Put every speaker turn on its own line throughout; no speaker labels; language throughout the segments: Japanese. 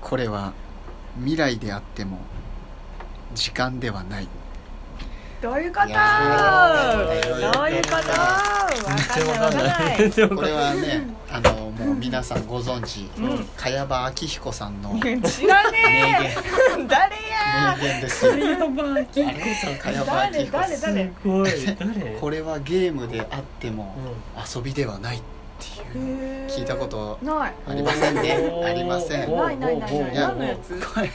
これは未来であっても時間ではない
どういうこと
い
どういうこと
や
ー
わかんないわかんない
全然わ
こ
かん
れ
ない
は ねあのもう皆さんご存知
うん
茅場明彦さんの名
知ら
名
ね
言
え誰や
言ですよ
栗山明子さん
あれ
す
やばい
誰誰誰
ごい誰
これはゲームであっても遊びではないっていう
へー
聞いたこと
ない
ありませんねありません
おー
ないないないない
いや
何のや つ
これ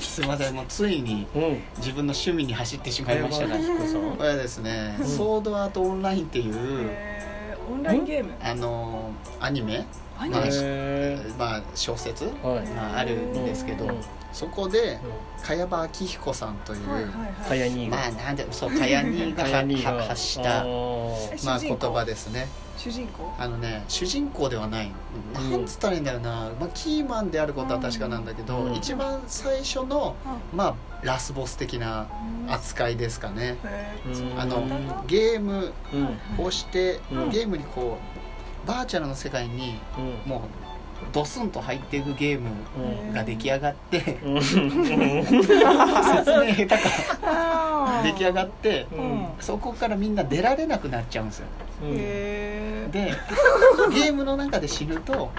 すいませんもうついに
うん
自分の趣味に走ってしまい
茅場
ましたが
明子さん
これはですね「
うん
ソードアートオンライン」っていう
へーオンラインゲーム
あのアニメ
アニ
まあ
メ
へ
まあ小説
ーはい
まああるんですけど
うん
そこで茅場明彦さんとい
はいう
か
はいは
や
い
に
まあなんでそう茅にが
かやに
はは発した
あー
まあ
主人
言
公
葉ですね
主人公
あのね主人公ではない
うん
なんつったらいいんだよな、まあ、キーマンであることは確かなんだけど、
うん
一番最初の、まあ、ラスボス的な扱いですかね
へー
うん
あ
う
の
ん
ゲーム
うん
をして、
うん
ゲームにこうバーチャルの世界に
うん
もうドスンと入っていくゲームが出来上がって、
うんうん
説明下手か
あー
出来上がって
う
うんん
そこからみんな出られなくなっちゃうんですよ
へー
でゲームの中で死ぬと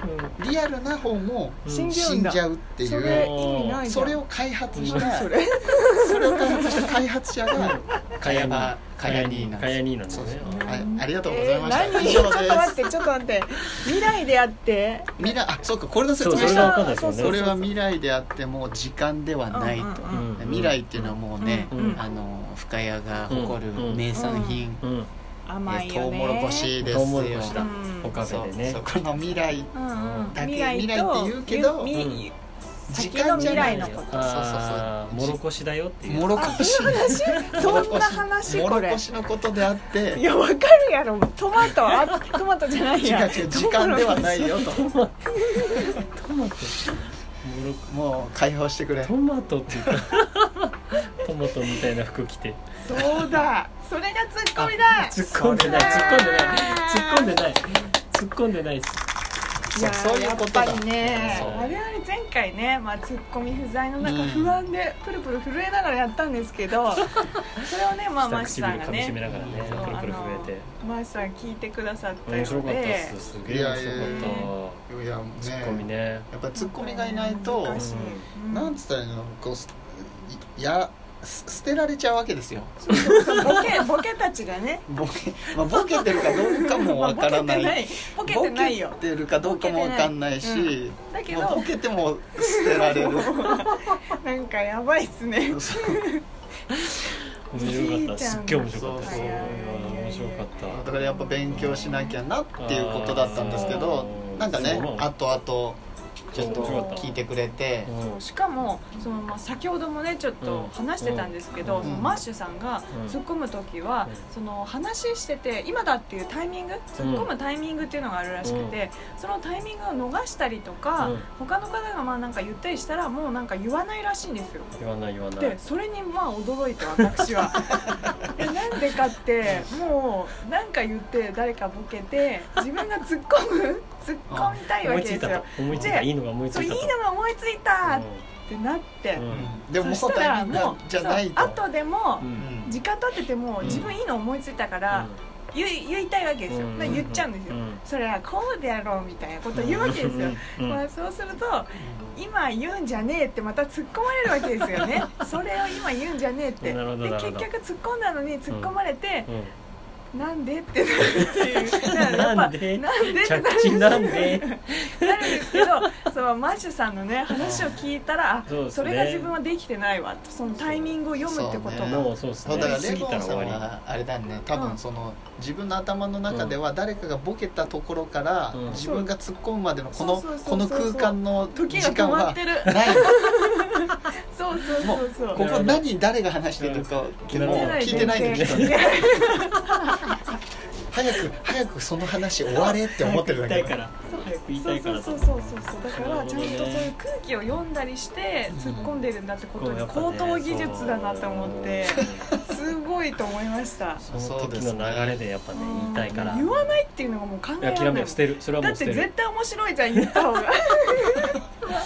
リアルな方も
死んじゃ
死
うん
ん
だ
じゃうってい
そうれ意味ないじゃん
それを開発した、
うん
それ
それを開発した開発者がカヤバカヤニーなん
かや
で
になんです
そうそう
ね
あありがとうございました
えー何
以上
ちょっと
で
待っ
す
てちょっと待って未来であって
みんなあそうかこれの説明
それ
し
が
た
わかんないですよね
それは未来であっても時間ではないと、
うんうんうん
うん
未来っていうのはもうね、
うん
あの深谷が誇る名産品、
うんうん
甘
え
い
ー
よね
トウモロコシですよ
トウモロコシ
う
だ
ん
おか
そう
げでね
そうこの未来
うんうん
だけ
未来と
未来って言うけど
み
うん
時間じゃない
先の未来のこ
あー
そうそうそう
もろこしだよっていう
もろこし
そんな話
も
こ
ろ
れ
こしのことであって
い
違
やわかるやろトマトあトマトじゃないや
う違う時間ではないよと
トマトもろこ
もう解放してくれ
トマトって言ったトマトみたいな服着て
そうだそれがツッコミだ
突っ込んでない突っ込んでない突っ込んでない突っ込んでないし
い
そ
や
うそういうことだ
やっぱりね
そう
我々前回ね、まあ、ツッコミ不在の中、
うん
不安でプルプル震えながらやったんですけどそれをね まあマーシさんが
下唇噛み締め
ね
ながらね
そう
プルプル震え
マーシさん聞いてくださった
て面
よ
白
う
かったっ
です
すげえ面白かっ
いやね
たツッコミね
やっぱツッコミがいないと
難しいうん
なんつったらいいのこうすいやす捨てられちゃうわけですよ
ボケボケたちがね
ボケ,、まあ、ボケてるかどうかもわからない
まあ ボケてないボケてないよ
ボケてるかどうかもわかんないし
ボケてないうんだけど
まあボケても捨てられ る
なんかやばいっすね
そう
面白かったすっげえ面白かった
そうそう
面白かっ
だ
た
からやっぱ勉強しなきゃなっていうことだったんですけど
あー
なんか
そ
ね
うなの
後々ちょっと聞いてくれて
うん
しかもその、まあ、先ほどもねちょっ
うん
と話してたんですけど、
うん
そのマッシュさんが
うん
突っ込む時は、
うん
その話してて今だっていうタイミング突っ込むタイミングっていうのがあるらしくて、そのタイミングを逃したりとか、
うん
他の方がまあなんか言ったりしたらもうなんか言わないらしいんですよ。
言わない言わない
でそれにまあ驚いて私 はえなんでかってもうなんか言って誰かボケて自分が突っ込 む突っ込みたいわ
思
けで
いつい
す
た
よ
と。思いついた
で
いいのが思いつ
そうい
い
い
たと
のが思いついたってなって、
うん
うんでもも
そうした
タイ
ら
ミン
も
グ
う
じゃないと
そう後でも
うん
うん
時間経ってても
うん
自分いいの思いついたから言い言いたいわけですよ
うん
だから言っちゃうんですよ
うん
それはこうでやろうみたいなこと言うわけですよ
うん
まあそうすると今言うんじゃねえってまた突っ込まれるわけですよ ねそれを今言うんじゃねえってで
なるほどなるほ
結
ど
局突っ込んだのに突っ込まれて
うん
なんでってなるって いうだからやっぱ
なんで
なんでってな
着地
る
なんで
なるんですけどそのマッシュさんのね話を聞いたらあ
そうですね
それが自分はできてないわとそのタイミングを読むってこと
そうね
が。
もうそうです
そう
ね
だから
過
レ
ぎ
ゴ
た
ン
ら
さ
終
ん
わり
はあれだね多
う
分
ん
その自分の頭の中では誰かがボケたところから
うん
自分が突っ込むまでのこの
そうそうそう
この空間の時
時が
間
止ま
は
ってる
ない
そうそう
も
そう
う
そう
ここ何誰が話してるかもう聞いてないで
全
きた
然
早く早くその話終われって思ってるだけ
早く言いたいから早く言いた
そうそ
いから
うそう
と
そうそうそうだから
なるほどね
ちゃんとそういう空気を読んだりして突っ込んでるんだってこと
こう
に
やっぱ
高
ね
等技術だなと思って
そう
すごいと思いました
そ
その時の流れでやっぱね言いたいから
言わないっていうのがもう考えられ
諦
ない
めよう捨てるそれは
だ
も
っ
う捨
て
て
絶
る
対面白いじゃん言った方が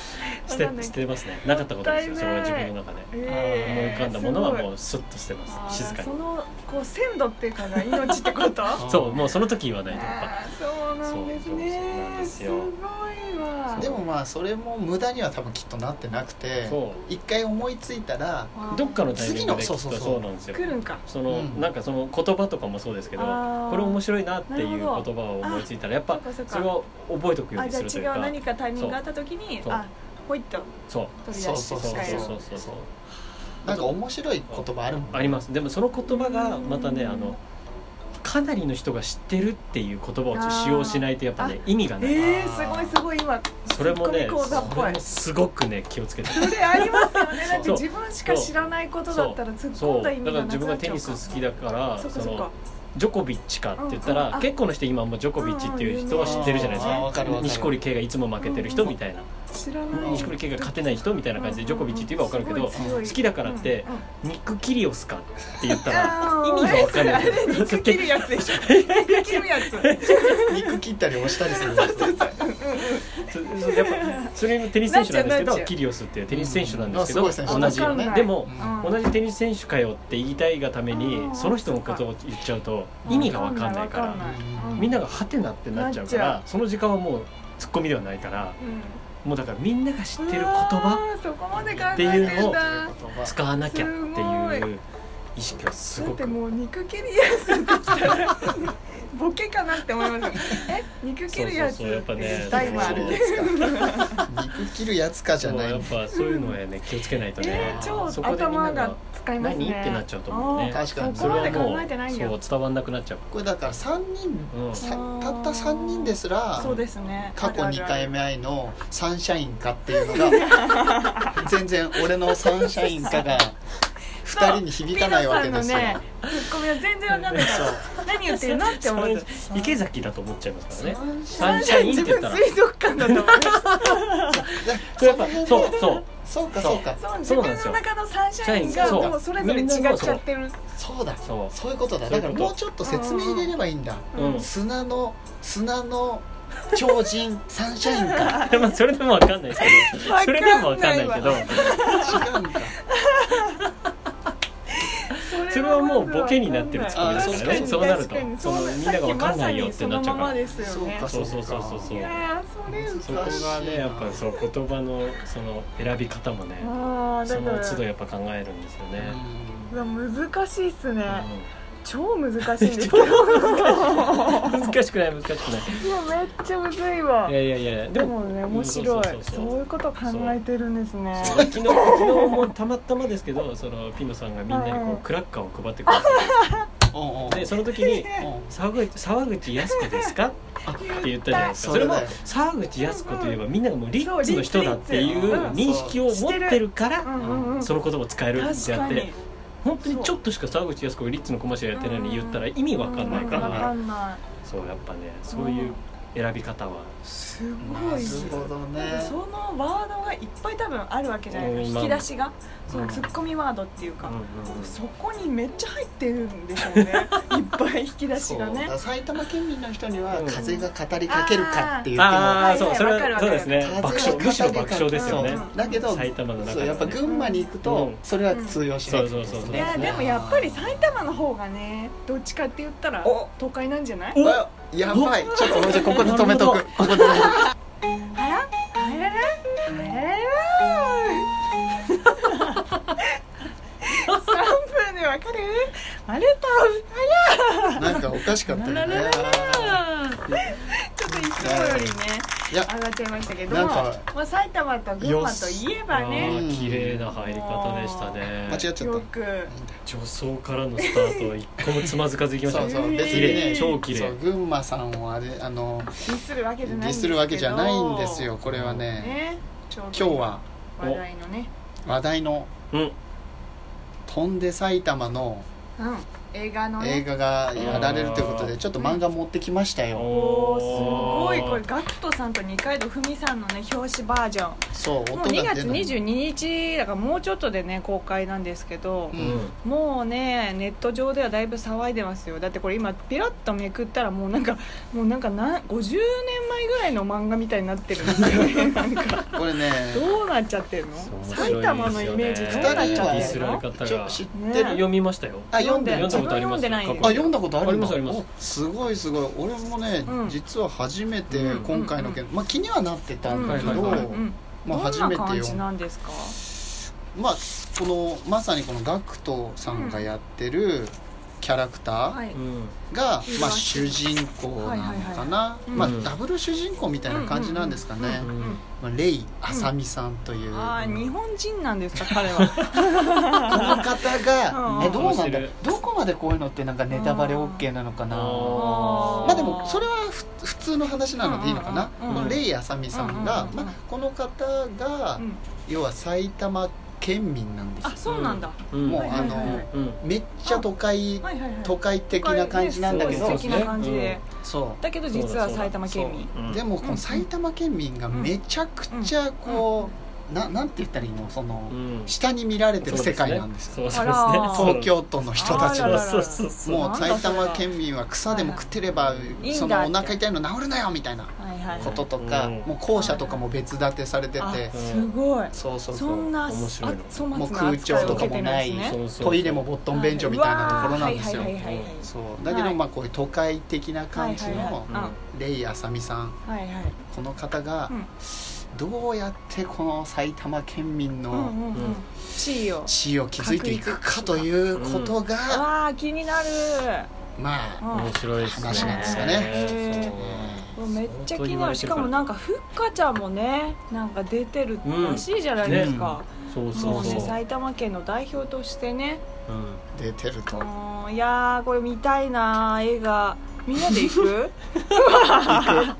捨
わかんな
て
い
捨てますねなかったことですよそれは自分の中で
えー
思い浮かんだものは
すご
も
いう
スッと捨て
あ
ま
ー
す静か
そ
に
のこう鮮度っていうかが命って ことあ
そうもうその時言わないとやっぱ
ーそうなんです
そうそうなん
ね
ですす
ご
よ
いわ
でもまあそれも無駄には多分きっとなってなくて
そ
一回思いついたら
あー
うどっかのタイミ
次
ングできっ
の
と
そうそうそう
そうなんですよ
来るんか
その、
うん
なんかその言葉とかもそうですけど
あー
これ面白いなっていう言葉を思いついたらやっ
そ
ぱ
うかそう
それ
か
を覚えておくよう
あ
に
じ
するという
ゃあ違う
か
何かタイミングがあった時に
そう
あほいっと
そう
取り出し
そ
て
う
そう
使える
そうそうそう
なんか面白い言葉あるもん
ありますでもその言葉がまたね
うん
あのかなりの人が知ってるっていう言葉を使用しないとやっぱね意味がない
えー、すごいすごい今
それも
ツ
ね
ッコミ講座っぽ
それ
い
もすごくね気をつけて
それありますよねだって
そう
自分しか知らないことだったら突っ込
そ
んだ
うだ
意味が
から
な
自
く
分
な
が
っち
テ
ゃう
ニ
か
ス好きだから
そっか
そ
そっか
のジョコビッチかって言った
うんうん
ら
あ
結構の人今もジョコビッチっていう人は知ってるじゃないです
うんうんうんあーわかるわかる
か錦織圭がいつも負けてる人みたいな
知らない
錦織圭が勝てない人みたいな感じでジョコビッチって言えば分かるけど
すごい強い
好きだからって
うんうん
ニック・キリオスかって言った
あ
ら
ー
意味が分か んない
あれ肉切るやつでしょ肉切るやつ
肉切ったり押したりするやつ
そそやっぱそれもテニス選手なんで
な
すけ
っちゃうなっちゃ
ど
う
キリオスっていうテニス選手なんですけ
う
ど
んあすごい選手
同じ
わかんない
でも
うん
同じテニス選手かよって言いたいがため
うん
にその人のことを言っちゃうと意味が分かんないから
わんない
うん
みんながハテナってなっち
な
ゃうか
っちゃ
らその時間はもうツッコミではないから
う
もうだからみんなが知っ
ん
てる言葉
うわーそこまで考えて
ってい
ん
うのを
だ
使わなきゃっ
す
て
ご
いう意識はす
だ
ご
って
く
もう肉切るやつって言ったらボケかなって思いますよえ肉切るやつっ
そうそうそうやっぱ
て
ね
絶対もある
そう
肉切るやつかじゃ
そう
ない
やっぱそういうのはね気をつけないとね
えー、超
そこでみんな
頭
が
が使います
何
ね
ってなっちゃうと思うね
あー確かに
そ
そ
こ
れ
ま
は
で
も
考えてないんだよ
うそう伝わんなくなっちゃう
これだから3人
うん
さたった3人ですら
そうですね
過去
あるある
2回目愛のサンシャインかっていうのが全然俺のサンシャインかが2人に響かないわけですよ
ピノさんのねツッコミは全然わかんないから何言ってるのって思う
そ れ池崎だと思っちゃいますからね
サ
サンシャインって言ったら
自分水族館だと思う
そうやっぱそうそう
そうかそうか
そう自
そうなん
分
です
の
よ
中のサンシャイン
サンシャインそ
が
う
もうそれぞれ違っちゃってる
そうだ
そ
そう
う
いうことだ
そうい
だ
う
か
こと
らもうちょっと説明入れればいいんだ
うん
砂の砂の超人サンシャインか
まあそれでもわかんないですけ ど
わかんないわ
それでもわかんないけど
違うんか
それはもうボケになってるツッコミですからね
あ
そうなると
確かに
その
そう
みんながわかんないよってなっちゃうから
さきまさにそのままですよ
そ
ね
うか
そうそうそうそうそう
いやーそれ
そこがねやっぱそう言葉のその選び方もね
あー
その都度
だ
やっぱ考えるんですよね
うわ難しいっすね
うん
超難しいんですけどいや
難しくない難しくない
めっちゃむずいわ
いやいやいや
で
でも
もね面白い
そうそうそうそう
そういうこと考えてるんですね
そう昨日昨日もたまたまですけどそのピノさんがみんなに
はいは
こ
いう
クラッカーを配ってくださ
うんうん
ってでその 時
う
に
ん
「沢口沢口靖子ですか?」って言ったじゃないですか
あ
それも
そうだね
沢口靖子といえばみんながもうリッツの人だってい
そう
う
リッツ
認識を持ってるか
う
ら
んうんうん
その言葉を使えるんであって本当にちょっとしか沢口靖子がリッツのコマーシャルやってないのに言ったら意味わかんないか
わからんない
そうやっぱねそういう選び方は
す
な
ごい
る
です
ほどね
そのワードがいっぱい多分あるわけじゃないですか
うん
引き出しがその
うん
ツッコミワードっていうか
うんうんうん
そこにめっちゃ入ってるんでしょうねいっぱい引き出しが
そう
ね
だ埼玉県民の人には
うん
風が語りかけるかって言っても
ああ
は
そ
いう
それ
わかるわか
はそ
る
うです
風が
ね
語
爆
り
笑むしろ爆笑
かけ
ですよね
そうだけど
埼玉の中
そ
で
う
は
やっぱ群馬に行く
う
と
ん
それは通用しないってことですね
そうそうそうそう
いやでもやっぱり埼玉の方がねどっちかって言ったら
お
都会なんじゃない
おやばいちょっともうじゃあここで止めと
な
く
る
ここで止めと
あらあららあららら三分でわかるあれと
くなんかおかしかったよね
ちょっといつもよりね
いや
上がっちゃいましたけど
なん
も、
か
まあ、埼玉と群馬といえば
あ
ね
ー綺麗な入り方でしたね
間違っちゃった
よく
女装からのスタートは一個もつまずかずいきました
そうそ
ね
う別
綺
にね
麗超綺
そう
麗
群馬さんをあれあの
ディスるわけ
デ
じゃ
ィ
ないんです
ス
けど
るわけじゃないんですよこれはね
ね今
今日は
話題のね、
話題の
うん
「飛んで埼玉」の
うん、映画のね
映画がやられるということでちょっと漫画持ってきましたよ
おーすごいこれいガクトさんと二階堂ふみさんのね表紙バージョン
そう
もう
音
2
が出
月
ない
22日だからもうちょっとでね公開なんですけど、
うん
もうねネット上ではだいぶ騒いでますよだってこれ今ピラッとめくったらもうなんかもうなんかな50年前ぐらいの漫画みたいになってるんですよねなんか
これね
どうなっちゃってるの、
そう
埼玉のイメージどうなっちゃ
面
ってる
白
い
の
ですよね
ちょ知って
ね
る
読みましたよ
あ読んで
読んだことあ
自分は
ります
読んでないよ
過去
あ読んだことある
ありますあります
おすごいすごい俺もね、
うん
実は初めて
うん
今回の件、まあ、気にはなってたんだけど、
うんはいはい
うんうん
まあ、初
どん
め
な
て
感じ
読ん
なんですか
まあこのまさにこのガクトさんがやってるキャラクタ
は
ー
い、
が、
うん
まあ、主人公なのかな、
いはい
まあ
うん
ダブル主人公みたいな感じなんですかね、
うん
うん
まあ、レイ・アサミさんという、
ああ日本人なんですか彼は
この方が、
うん
えどうなんだ
面白い
どこまでこういうのってなんかネタバレ OK なのかな、
あー
まあでもそれはふ普通の話なのでいいのかな、
うんうんうん
まあレイ・アサミさんが、
うんうんうんうん
まあ、この方が、
うん
要は埼玉県民なんですよ
あそうなんだ、
うん
もう
はいは
あ
いはい
の、
はい
うん
めっちゃ都会
はいはいはい
都会的な感じなんだけ
都
ど、
会ですごい素敵な感じ
そう
で
ですね
そ
だけど実は埼玉県民
う、
うん
でもこの埼玉県民がめちゃくちゃこう、ななんて言ったらいいのその、
うん
下に見られてる世界なんですよ
そうですね
あら
そう
東京都の人たち
あらら
は
ら
そうそうそう
もう埼玉県民は草でも食ってれば
い
そのお腹痛いの治るなよみたいな
はいはいはい
こととか、
うん
もう校舎とかも別立てされて
あ
て
すごい
そうそう
そ
そ
ん
う
なあ
面白いの
粗末
もう
な
空
扱
調
いを
とか
受けて
も
な
ないい
んですね
そうそう
トイレもボットン便所みたいなところなんですよ、
はいはいはいはいはい
そうだけどまあこういう都会的な感じ
はいはい
の
はいあ
レイ・アサミさん
はいはい
この方が
うん
どうやってこの埼玉県民
うん
の
うんう
うんん
地位を
地位を築いていくかということが、
ああ気になる
まあ
うん
面白いですね
話なんですかね
へもうめっちゃ気になるしかもなんかふっかちゃんもねなんか出てるらしいじゃないですか、
そうそ
も
う
う
そう
ね埼玉県の代表としてね
うん
出てると
もういやーこれ見たいなー映画みんなで行く
行く